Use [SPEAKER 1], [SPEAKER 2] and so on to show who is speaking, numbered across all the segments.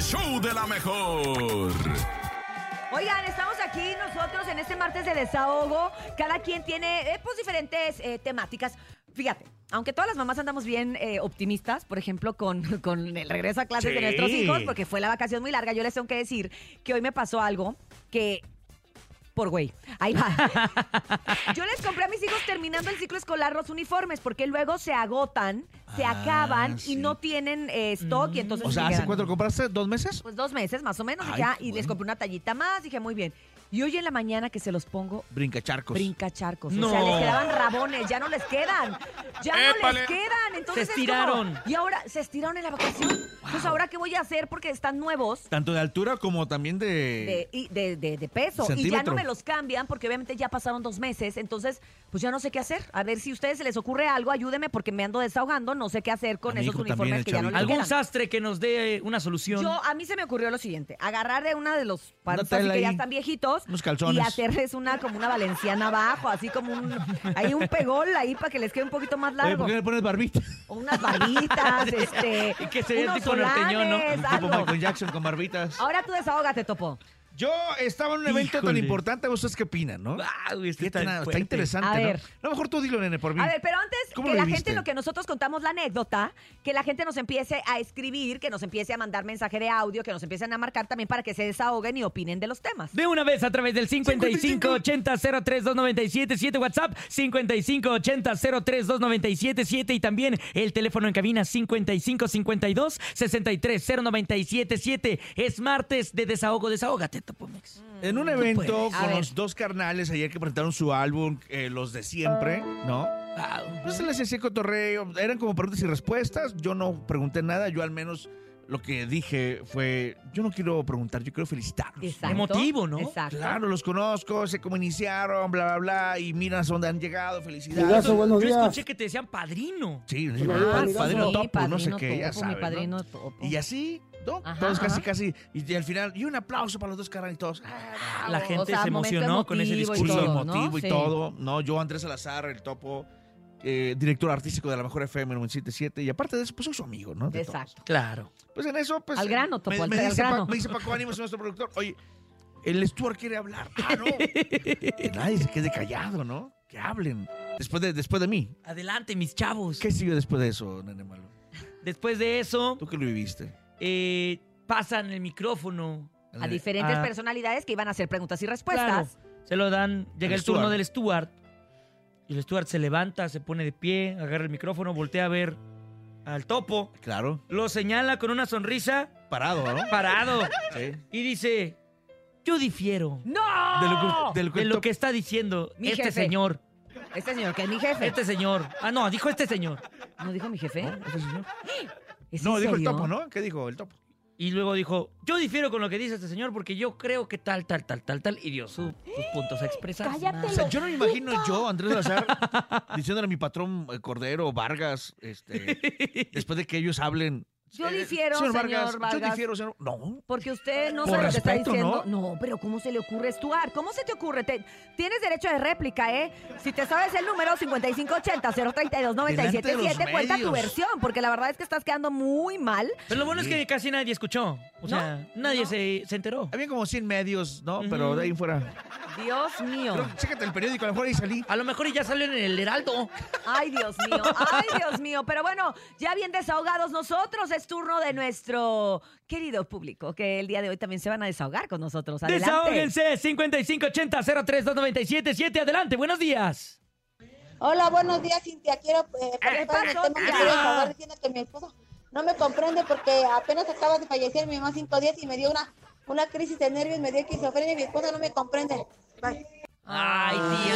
[SPEAKER 1] show de la mejor.
[SPEAKER 2] Oigan, estamos aquí nosotros en este martes de desahogo. Cada quien tiene eh, pues diferentes eh, temáticas. Fíjate, aunque todas las mamás andamos bien eh, optimistas, por ejemplo, con, con el regreso a clases de
[SPEAKER 3] Sí.
[SPEAKER 2] nuestros hijos, porque fue la vacación muy larga, yo les tengo que decir que hoy me pasó algo que... Por güey, ahí va. Yo les compré a mis hijos terminando el ciclo escolar los uniformes porque luego se agotan, se
[SPEAKER 4] Ah,
[SPEAKER 2] acaban
[SPEAKER 4] sí.
[SPEAKER 2] y no tienen eh, stock y entonces...
[SPEAKER 4] O
[SPEAKER 2] se
[SPEAKER 4] sea, ¿hace
[SPEAKER 2] quedan.
[SPEAKER 4] cuánto lo compraste? ¿Dos meses?
[SPEAKER 2] Pues dos meses más o menos
[SPEAKER 4] Ay,
[SPEAKER 2] ya,
[SPEAKER 4] qué
[SPEAKER 2] y les
[SPEAKER 4] bueno.
[SPEAKER 2] compré una tallita más, dije muy bien. Y hoy en la mañana que se los pongo,
[SPEAKER 4] Brinca charcos.
[SPEAKER 2] brinca charcos. O
[SPEAKER 4] No.
[SPEAKER 2] sea, les quedaban rabones, ya no les quedan. Ya no
[SPEAKER 3] Épale.
[SPEAKER 2] les quedan. Entonces es
[SPEAKER 3] Se
[SPEAKER 2] como-
[SPEAKER 3] estiraron.
[SPEAKER 2] y ahora se estiraron en la vacación. Entonces, ¿ahora qué voy a hacer? Porque están nuevos.
[SPEAKER 4] Tanto de altura como también
[SPEAKER 2] De,
[SPEAKER 4] de...
[SPEAKER 2] y de- de- de peso y ya no
[SPEAKER 4] Centímetro.
[SPEAKER 2] me los cambian porque obviamente ya pasaron dos meses entonces pues ya no sé qué hacer a ver si a ustedes se les ocurre algo ayúdenme porque me ando desahogando no sé qué hacer con
[SPEAKER 4] A mi
[SPEAKER 2] esos
[SPEAKER 4] hijo también,
[SPEAKER 2] uniformes
[SPEAKER 4] el
[SPEAKER 2] que ya no les
[SPEAKER 4] chavito.
[SPEAKER 3] ¿Algún
[SPEAKER 2] quedan
[SPEAKER 3] sastre que nos dé eh, una solución?
[SPEAKER 2] Yo, a mí se me ocurrió lo siguiente, agarrar de una de los paros
[SPEAKER 4] tela
[SPEAKER 2] que ya
[SPEAKER 4] ahí,
[SPEAKER 2] están viejitos
[SPEAKER 4] unos calzones.
[SPEAKER 2] y hacerles una como una valenciana abajo, así como un hay un pegol ahí para que les quede un poquito más
[SPEAKER 4] Oye,
[SPEAKER 2] largo.
[SPEAKER 4] ¿por qué le pones barbita?
[SPEAKER 2] O unas barbitas, este,
[SPEAKER 3] Y que se vea
[SPEAKER 2] unos
[SPEAKER 3] tipo norteño, ¿no?
[SPEAKER 2] solares,
[SPEAKER 4] Tipo
[SPEAKER 2] algo.
[SPEAKER 4] Michael Jackson con barbitas.
[SPEAKER 2] Ahora tú desahógate, Topo.
[SPEAKER 4] Yo estaba en un evento tan
[SPEAKER 3] Híjole.
[SPEAKER 4] importante, ¿ustedes qué opinan, no?
[SPEAKER 3] Ah, güey, este
[SPEAKER 4] Fíjate,
[SPEAKER 3] está
[SPEAKER 4] nada, está,
[SPEAKER 3] fuerte.
[SPEAKER 4] interesante,
[SPEAKER 2] A
[SPEAKER 4] ¿no?
[SPEAKER 2] ver.
[SPEAKER 4] A lo mejor tú dilo, nene, por mí.
[SPEAKER 2] A ver, pero antes
[SPEAKER 4] ¿Cómo
[SPEAKER 2] que
[SPEAKER 4] lo
[SPEAKER 2] la
[SPEAKER 4] viviste?
[SPEAKER 2] gente lo que nosotros contamos la anécdota, que la gente nos empiece a escribir, que nos empiece a mandar mensaje de audio, que nos empiecen a marcar también para que se desahoguen y opinen de los temas.
[SPEAKER 3] De una vez a través del 5580-032977 WhatsApp, 5580-032977 y también el teléfono en cabina 5552-630977. Es martes de desahogo, desahógate, Topomex.
[SPEAKER 4] En un
[SPEAKER 3] Tú
[SPEAKER 4] evento
[SPEAKER 3] puedes.
[SPEAKER 2] A
[SPEAKER 4] con
[SPEAKER 2] ver.
[SPEAKER 4] los dos carnales ayer que presentaron su álbum, eh, los de siempre, ¿no?
[SPEAKER 3] Wow.
[SPEAKER 4] Pues les hacía cotorreo, eran como preguntas y respuestas, yo no pregunté nada, yo al menos lo que dije fue, yo no quiero preguntar, yo quiero felicitarlos.
[SPEAKER 2] Exacto.
[SPEAKER 3] Emotivo, ¿no?
[SPEAKER 2] Exacto.
[SPEAKER 4] Claro, los conozco, sé cómo iniciaron, bla, bla, bla, y mira hasta dónde han llegado, felicidades.
[SPEAKER 5] Ligazo, buenos
[SPEAKER 3] Yo
[SPEAKER 5] días.
[SPEAKER 3] escuché que te decían padrino.
[SPEAKER 4] Sí, sí,
[SPEAKER 2] Pues,
[SPEAKER 5] Hola,
[SPEAKER 2] ah,
[SPEAKER 4] pa-
[SPEAKER 5] amigazo.
[SPEAKER 4] Ah, padrino
[SPEAKER 5] Sí,
[SPEAKER 4] topo, no sé qué, ya
[SPEAKER 2] topo, mi
[SPEAKER 4] saben, ¿no?
[SPEAKER 2] padrino topo.
[SPEAKER 4] Y así, ¿no?
[SPEAKER 2] Ajá,
[SPEAKER 4] todos casi,
[SPEAKER 2] ajá.
[SPEAKER 4] casi, y, al final, y un aplauso para los dos carnales y todos. ah,
[SPEAKER 3] La
[SPEAKER 2] o
[SPEAKER 3] gente
[SPEAKER 2] sea,
[SPEAKER 3] se
[SPEAKER 2] momento
[SPEAKER 3] emocionó con ese
[SPEAKER 2] emotivo y
[SPEAKER 3] discurso.
[SPEAKER 4] discurso
[SPEAKER 2] todo, ¿no?
[SPEAKER 4] emotivo y
[SPEAKER 2] Sí.
[SPEAKER 4] todo. No, yo, Andrés Salazar, el topo, eh, director artístico de la mejor FM 977, y aparte de eso, pues soy su amigo, ¿no? De
[SPEAKER 2] Exacto.
[SPEAKER 3] Claro.
[SPEAKER 4] todos. Pues en eso, pues.
[SPEAKER 2] Al grano,
[SPEAKER 4] eh,
[SPEAKER 2] Topo,
[SPEAKER 4] me,
[SPEAKER 2] al-
[SPEAKER 4] me
[SPEAKER 2] al
[SPEAKER 4] dice Pa-
[SPEAKER 2] grano.
[SPEAKER 4] me dice Paco Ánimas, nuestro productor, oye, el Stuart quiere hablar. Ah, no. Que nadie se quede callado, ¿no? Que hablen. Después de, después de mí.
[SPEAKER 3] Adelante, mis chavos.
[SPEAKER 4] ¿Qué siguió después de eso, nene malo?
[SPEAKER 3] Después de eso,
[SPEAKER 4] Tú que lo viviste.
[SPEAKER 3] eh, pasan el micrófono.
[SPEAKER 4] Eh,
[SPEAKER 2] A diferentes
[SPEAKER 3] Ah.
[SPEAKER 2] personalidades que iban a hacer preguntas y respuestas.
[SPEAKER 3] Claro, se lo dan, llega
[SPEAKER 4] Al
[SPEAKER 3] el turno
[SPEAKER 4] Stuart.
[SPEAKER 3] del Stuart. Y el Stuart se levanta, se pone de pie, agarra el micrófono, voltea a ver al topo.
[SPEAKER 4] Claro,
[SPEAKER 3] Lo señala con una sonrisa,
[SPEAKER 4] parado, ¿no?
[SPEAKER 3] parado.
[SPEAKER 4] Sí.
[SPEAKER 3] Y dice, yo difiero
[SPEAKER 2] ¡No!
[SPEAKER 4] De lo que, de lo que
[SPEAKER 3] de
[SPEAKER 4] el
[SPEAKER 3] lo
[SPEAKER 4] Topo-
[SPEAKER 3] que está diciendo
[SPEAKER 2] Mi
[SPEAKER 3] este
[SPEAKER 2] jefe.
[SPEAKER 3] señor.
[SPEAKER 2] Este señor, que es mi
[SPEAKER 4] Eh,
[SPEAKER 2] jefe.
[SPEAKER 3] Este señor. Ah, no, dijo este señor. Este
[SPEAKER 2] ¿No dijo mi jefe? ¿Es
[SPEAKER 4] No,
[SPEAKER 2] en
[SPEAKER 4] dijo el
[SPEAKER 2] serio?
[SPEAKER 4] topo, ¿no? ¿Qué dijo el topo?
[SPEAKER 3] Y luego dijo, yo difiero con lo que dice este señor porque yo creo que tal, tal, tal, tal, tal. Y dio su- sus puntos a expresar.
[SPEAKER 2] Cállate,
[SPEAKER 4] O sea, yo no me imagino yo, Andrés Lazar, diciéndole a mi patrón eh, Cordero, Vargas, este, después de que ellos hablen.
[SPEAKER 2] Yo
[SPEAKER 4] eh,
[SPEAKER 2] difiero, señor Vargas.
[SPEAKER 4] Yo difiero, señor. No.
[SPEAKER 2] Porque usted no
[SPEAKER 4] Por
[SPEAKER 2] sabe lo que está
[SPEAKER 4] respeto,
[SPEAKER 2] diciendo. ¿no? pero ¿cómo se le ocurre estuar? ¿Cómo se te ocurre? Te- tienes derecho de réplica, ¿eh? Si te sabes el número 5580-032-977,
[SPEAKER 4] Delante de los
[SPEAKER 2] cuenta tu
[SPEAKER 4] medios.
[SPEAKER 2] versión, porque la verdad es que estás quedando muy mal.
[SPEAKER 3] Pero lo bueno es que casi nadie escuchó. O sea, nadie Se, se enteró.
[SPEAKER 4] Había como 100 medios, ¿no?
[SPEAKER 3] Ujú.
[SPEAKER 4] Pero de ahí en fuera.
[SPEAKER 2] Dios mío.
[SPEAKER 4] Pero chécate el periódico, a lo mejor ahí salí.
[SPEAKER 3] A lo mejor y ya salió en el Heraldo.
[SPEAKER 2] Ay, Dios mío, ay, Dios mío. Pero bueno, ya bien desahogados nosotros, es turno de nuestro querido público, que el día de hoy también se van a desahogar con nosotros. Adelante.
[SPEAKER 3] Desahóguense 5580 032977 Adelante, buenos días.
[SPEAKER 6] Hola, buenos días, Cintia. Quiero eh, participar en
[SPEAKER 2] pasó,
[SPEAKER 6] el tema que quiero acabar diciendo que mi esposo no me comprende porque apenas acaba de fallecer mi mamá cinco días y me dio una, una crisis de nervios, me dio esquizofrenia y mi esposo no me comprende. Bye.
[SPEAKER 3] Ay, tía.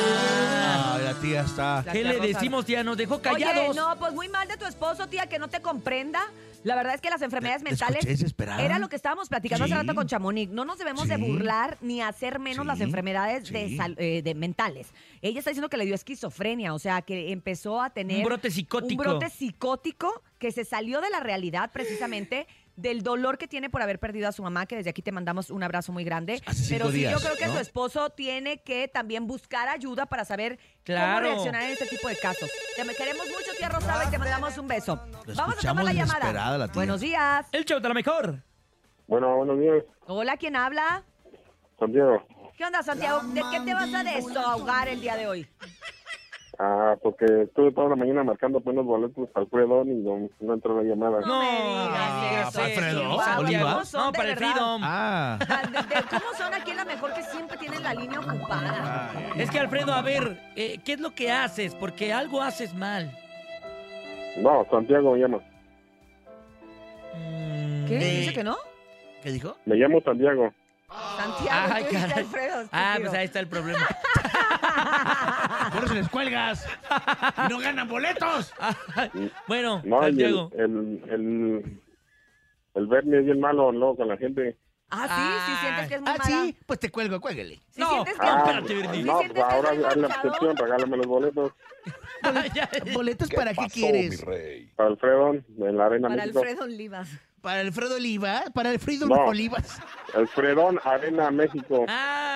[SPEAKER 4] Ah, la tía está.
[SPEAKER 2] La
[SPEAKER 3] ¿Qué
[SPEAKER 2] tía
[SPEAKER 3] le
[SPEAKER 2] Rosa.
[SPEAKER 3] decimos, tía? Nos dejó
[SPEAKER 2] Oye,
[SPEAKER 3] callados.
[SPEAKER 2] no, pues muy mal de tu esposo, tía, que no te comprenda. La verdad es que las enfermedades
[SPEAKER 4] Te- te
[SPEAKER 2] mentales
[SPEAKER 4] escuché desesperada.
[SPEAKER 2] era lo que estábamos platicando hace
[SPEAKER 4] Sí.
[SPEAKER 2] rato con Chamonix. No nos debemos de
[SPEAKER 4] Sí.
[SPEAKER 2] burlar ni hacer menos
[SPEAKER 4] Sí.
[SPEAKER 2] las enfermedades de,
[SPEAKER 4] Sí.
[SPEAKER 2] sal- eh, de mentales. Ella está diciendo que le dio esquizofrenia, o sea, que empezó a tener
[SPEAKER 3] Un brote psicótico.
[SPEAKER 2] un brote psicótico que se salió de la realidad precisamente del dolor que tiene por haber perdido a su mamá, que desde aquí te mandamos un abrazo muy grande.
[SPEAKER 4] Hace cinco
[SPEAKER 2] Pero sí, yo
[SPEAKER 4] días,
[SPEAKER 2] creo que
[SPEAKER 4] ¿no?
[SPEAKER 2] tu esposo tiene que también buscar ayuda para saber cómo
[SPEAKER 3] Claro.
[SPEAKER 2] reaccionar en este tipo de casos. Te me queremos mucho, tía Rosada, y te mandamos un beso. Vamos a tomar
[SPEAKER 4] escuchamos
[SPEAKER 2] la llamada.
[SPEAKER 4] desesperada, la tía.
[SPEAKER 2] Buenos días.
[SPEAKER 3] El show de la mejor.
[SPEAKER 1] Bueno, buenos días,
[SPEAKER 2] Hola, ¿quién habla?
[SPEAKER 1] Santiago.
[SPEAKER 2] ¿Qué onda, Santiago? ¿De qué te vas a desahogar el día de hoy?
[SPEAKER 1] Ah, porque estuve toda la mañana marcando buenos boletos para el Freedom y no, no entró la llamada.
[SPEAKER 2] No me digas
[SPEAKER 3] digas
[SPEAKER 2] eso,
[SPEAKER 4] Alfredo,
[SPEAKER 2] Chihuahua,
[SPEAKER 4] Oliva.
[SPEAKER 2] ¿cómo son
[SPEAKER 3] No,
[SPEAKER 2] de
[SPEAKER 3] para el
[SPEAKER 2] verdad?
[SPEAKER 3] Freedom.
[SPEAKER 4] Ah.
[SPEAKER 2] Ah, de- de- ¿Cómo son aquí la mejor que siempre tienen la línea ocupada?
[SPEAKER 3] Es que, Alfredo, a ver, eh, ¿qué es lo que haces? Porque algo haces mal.
[SPEAKER 1] No, Santiago me llama.
[SPEAKER 3] Mm,
[SPEAKER 2] ¿Qué?
[SPEAKER 3] eh,
[SPEAKER 2] ¿Dice que no?
[SPEAKER 4] ¿Qué dijo?
[SPEAKER 1] Me llamo Santiago.
[SPEAKER 2] Santiago,
[SPEAKER 3] Ay,
[SPEAKER 2] tú dijiste
[SPEAKER 3] caray.
[SPEAKER 2] Alfredo.
[SPEAKER 3] Ah,
[SPEAKER 2] estúpido.
[SPEAKER 3] pues ahí está el problema.
[SPEAKER 4] Por eso les cuelgas. Y no ganan boletos.
[SPEAKER 3] bueno,
[SPEAKER 1] No, y el,
[SPEAKER 3] Santiago.
[SPEAKER 1] el, el, el verme es bien malo, luego con la gente.
[SPEAKER 2] Ah, sí, sí sientes que es muy
[SPEAKER 4] Ah,
[SPEAKER 2] mala.
[SPEAKER 4] sí, pues te cuelgo, cuélguele.
[SPEAKER 2] Sí
[SPEAKER 3] No.
[SPEAKER 2] sientes que...
[SPEAKER 3] Ah,
[SPEAKER 1] Ah,
[SPEAKER 3] espérate, Verdi.
[SPEAKER 1] no,
[SPEAKER 2] ¿Sí sientes que
[SPEAKER 1] pues ahora
[SPEAKER 2] estoy
[SPEAKER 1] haz la
[SPEAKER 2] manchado?
[SPEAKER 1] excepción, regálame los boletos
[SPEAKER 3] Ya, ya.
[SPEAKER 4] ¿Boletos para qué quieres?
[SPEAKER 1] para el Freedom en la Arena
[SPEAKER 2] Para
[SPEAKER 1] México.
[SPEAKER 2] Alfredo Olivas.
[SPEAKER 4] ¿Para Alfredo Oliva? ¿Para Alfredo
[SPEAKER 1] No.
[SPEAKER 4] Olivas?
[SPEAKER 1] El Fredón Arena México.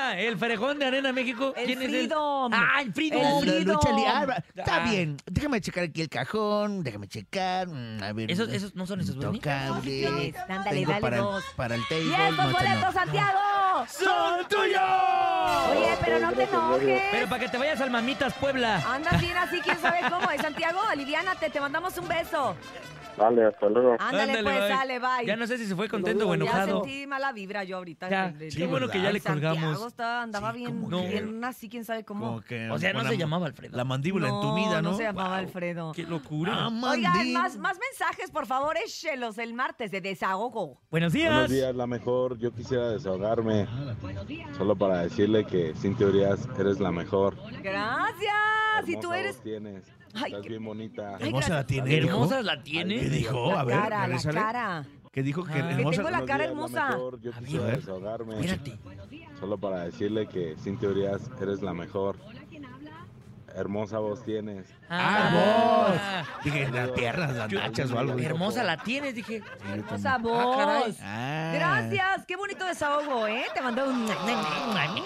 [SPEAKER 3] Ah, el Ferejón de Arena México.
[SPEAKER 2] El
[SPEAKER 3] ¿Quién es él?
[SPEAKER 2] Freedom.
[SPEAKER 3] Ah, el Freedom.
[SPEAKER 2] El
[SPEAKER 4] La- la
[SPEAKER 2] Freedom.
[SPEAKER 4] lucha li- ah, va- Está
[SPEAKER 3] Ah.
[SPEAKER 4] bien. Déjame checar aquí el cajón. Déjame checar. mm, A ver.
[SPEAKER 3] Esos- esos no son esos, ¿verdad?
[SPEAKER 4] Intocable.
[SPEAKER 2] No, sí tienes. Ándale,
[SPEAKER 4] Tengo
[SPEAKER 2] dale
[SPEAKER 4] para,
[SPEAKER 2] dos. pues
[SPEAKER 4] para el table.
[SPEAKER 2] ¡Y estos
[SPEAKER 4] no, esta no.
[SPEAKER 2] boletos, Santiago!
[SPEAKER 4] ¡Son tuyos!
[SPEAKER 2] Oye, pero no te
[SPEAKER 1] gracias, gracias.
[SPEAKER 3] Pero
[SPEAKER 2] enojes.
[SPEAKER 3] para que te vayas al Mamitas Puebla.
[SPEAKER 2] Andas bien así, quién sabe cómo. Eh, Santiago, aliviánate, te mandamos un beso.
[SPEAKER 1] Vale, hasta luego.
[SPEAKER 2] Ándale, pues,
[SPEAKER 3] bye.
[SPEAKER 2] sale, bye.
[SPEAKER 3] Ya no sé si se fue contento o
[SPEAKER 2] Ya
[SPEAKER 3] enojado.
[SPEAKER 2] sentí mala vibra yo ahorita.
[SPEAKER 3] Ya,
[SPEAKER 2] El- el-
[SPEAKER 3] sí, bueno que
[SPEAKER 2] el
[SPEAKER 3] ya le
[SPEAKER 2] Santiago
[SPEAKER 3] colgamos.
[SPEAKER 2] estaba, andaba
[SPEAKER 4] Sí,
[SPEAKER 2] bien,
[SPEAKER 4] como
[SPEAKER 3] que-
[SPEAKER 2] bien así, quién sabe cómo.
[SPEAKER 4] Como que-
[SPEAKER 3] O sea, no
[SPEAKER 4] con
[SPEAKER 3] se
[SPEAKER 4] la-
[SPEAKER 3] llamaba Alfredo.
[SPEAKER 4] La mandíbula entumida, ¿no?
[SPEAKER 2] No se llamaba
[SPEAKER 4] Wow.
[SPEAKER 2] Alfredo.
[SPEAKER 3] Qué locura.
[SPEAKER 4] Ah,
[SPEAKER 2] Oigan,
[SPEAKER 4] mandí-
[SPEAKER 2] más, más mensajes, por favor, échelos el martes de desahogo.
[SPEAKER 3] Buenos días.
[SPEAKER 5] Buenos días, la mejor. Yo quisiera desahogarme. Solo para decirle que sin teorías eres la mejor.
[SPEAKER 2] Gracias. Y Ah, tú
[SPEAKER 5] Hermosa
[SPEAKER 2] eres.
[SPEAKER 5] voz tienes.
[SPEAKER 2] Ay,
[SPEAKER 5] Estás
[SPEAKER 2] qué-
[SPEAKER 5] bien bonita.
[SPEAKER 2] Ay,
[SPEAKER 4] Hermosa la tiene. dijo.
[SPEAKER 3] Hermosas la
[SPEAKER 4] ¿Qué
[SPEAKER 3] tiene.
[SPEAKER 4] dijo?
[SPEAKER 2] La
[SPEAKER 4] Oh, A ver,
[SPEAKER 2] cara, la
[SPEAKER 4] regrésale.
[SPEAKER 2] cara.
[SPEAKER 4] ¿Qué dijo? Que
[SPEAKER 3] Ah. Que
[SPEAKER 4] hermosa.
[SPEAKER 2] tengo la-
[SPEAKER 5] Buenos
[SPEAKER 2] cara
[SPEAKER 5] días,
[SPEAKER 2] hermosa.
[SPEAKER 5] mejor. Yo quisiera
[SPEAKER 4] ver.
[SPEAKER 5] desahogarme.
[SPEAKER 3] Espérate.
[SPEAKER 5] Solo para decirle que sin teorías eres la mejor. Hermosa voz tienes.
[SPEAKER 3] Ah,
[SPEAKER 4] Ah, vos. Dije, las piernas, las
[SPEAKER 3] Yo-
[SPEAKER 4] nachas o algo. dijo.
[SPEAKER 3] Hermosa la tienes, dije.
[SPEAKER 2] Hermosa
[SPEAKER 3] Ah, caray.
[SPEAKER 2] voz.
[SPEAKER 4] Ah.
[SPEAKER 2] Gracias, qué bonito desahogo, ¿eh? Te mandó un...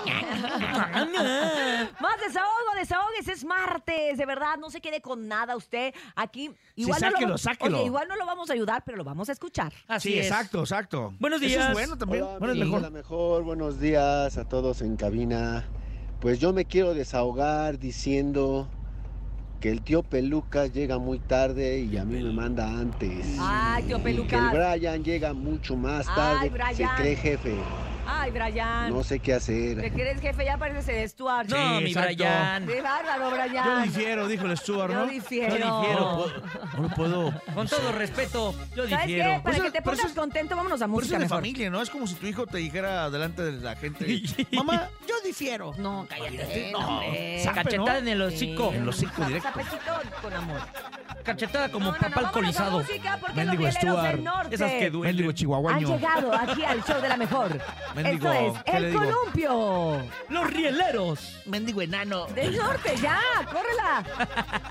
[SPEAKER 2] Más desahogo, desahogues, es martes, de verdad, no se quede con nada usted aquí. no lo
[SPEAKER 4] sáquelo,
[SPEAKER 2] va-
[SPEAKER 4] sáquelo.
[SPEAKER 2] Oye, igual no lo vamos a ayudar, pero lo vamos a escuchar.
[SPEAKER 3] Así
[SPEAKER 4] Sí,
[SPEAKER 3] es.
[SPEAKER 4] exacto, exacto.
[SPEAKER 3] Buenos
[SPEAKER 4] Eso
[SPEAKER 3] días.
[SPEAKER 4] es bueno también.
[SPEAKER 7] Hola,
[SPEAKER 4] bueno, es
[SPEAKER 7] amigos,
[SPEAKER 4] mejor.
[SPEAKER 7] la mejor. Buenos días a todos en cabina. Pues yo me quiero desahogar diciendo que el tío Pelucas llega muy tarde y a mí me manda antes.
[SPEAKER 2] Ay, tío
[SPEAKER 7] Y que el
[SPEAKER 2] Pelucas.
[SPEAKER 7] Brian llega mucho más
[SPEAKER 2] Ay,
[SPEAKER 7] tarde. que se
[SPEAKER 2] Brian.
[SPEAKER 7] cree jefe.
[SPEAKER 2] Ay, Brian.
[SPEAKER 7] No sé qué
[SPEAKER 2] ¿Te
[SPEAKER 7] hacer.
[SPEAKER 2] crees jefe? Ya pareces el Stuart.
[SPEAKER 3] No,
[SPEAKER 4] Sí,
[SPEAKER 3] mi
[SPEAKER 4] exacto.
[SPEAKER 3] Brian.
[SPEAKER 2] Qué bárbaro, Brian.
[SPEAKER 4] Yo difiero, dijo el Stuart,
[SPEAKER 2] Ah, Yo
[SPEAKER 4] ¿no?
[SPEAKER 2] difiero.
[SPEAKER 4] Yo difiero. puedo- No lo puedo.
[SPEAKER 3] Con todo respeto, yo
[SPEAKER 2] ¿Sabes qué?
[SPEAKER 3] difiero.
[SPEAKER 2] Para
[SPEAKER 4] eso-
[SPEAKER 2] que te
[SPEAKER 4] por eso
[SPEAKER 2] pongas
[SPEAKER 4] es-
[SPEAKER 2] contento, vámonos a
[SPEAKER 4] Por eso
[SPEAKER 2] música
[SPEAKER 4] es de
[SPEAKER 2] mejor.
[SPEAKER 4] familia, ¿no? Es como si tu hijo te dijera delante de la gente, mamá, yo difiero.
[SPEAKER 2] No, cállate.
[SPEAKER 4] No,
[SPEAKER 2] hombre.
[SPEAKER 4] sape,
[SPEAKER 3] Cachetada
[SPEAKER 4] ¿no?
[SPEAKER 3] en el hocico.
[SPEAKER 4] En el hocico
[SPEAKER 2] Sa-
[SPEAKER 4] directo.
[SPEAKER 2] sapecito con amor.
[SPEAKER 3] Cachetada
[SPEAKER 2] No,
[SPEAKER 3] como
[SPEAKER 2] no, no,
[SPEAKER 3] papá
[SPEAKER 2] vámonos a
[SPEAKER 3] alcoholizado.
[SPEAKER 2] música porque
[SPEAKER 4] Mendigo
[SPEAKER 2] los violeros
[SPEAKER 4] Stuart.
[SPEAKER 2] del norte
[SPEAKER 3] Esas que duelen.
[SPEAKER 4] Mendigo
[SPEAKER 2] han
[SPEAKER 4] chihuahuaño.
[SPEAKER 2] llegado aquí al show de la mejor.
[SPEAKER 4] Mendigo,
[SPEAKER 2] Esto es
[SPEAKER 4] ¿qué
[SPEAKER 2] El
[SPEAKER 4] le digo?
[SPEAKER 2] Columpio.
[SPEAKER 3] Los rieleros.
[SPEAKER 4] Mendigo enano.
[SPEAKER 2] Del norte, ya, córrela.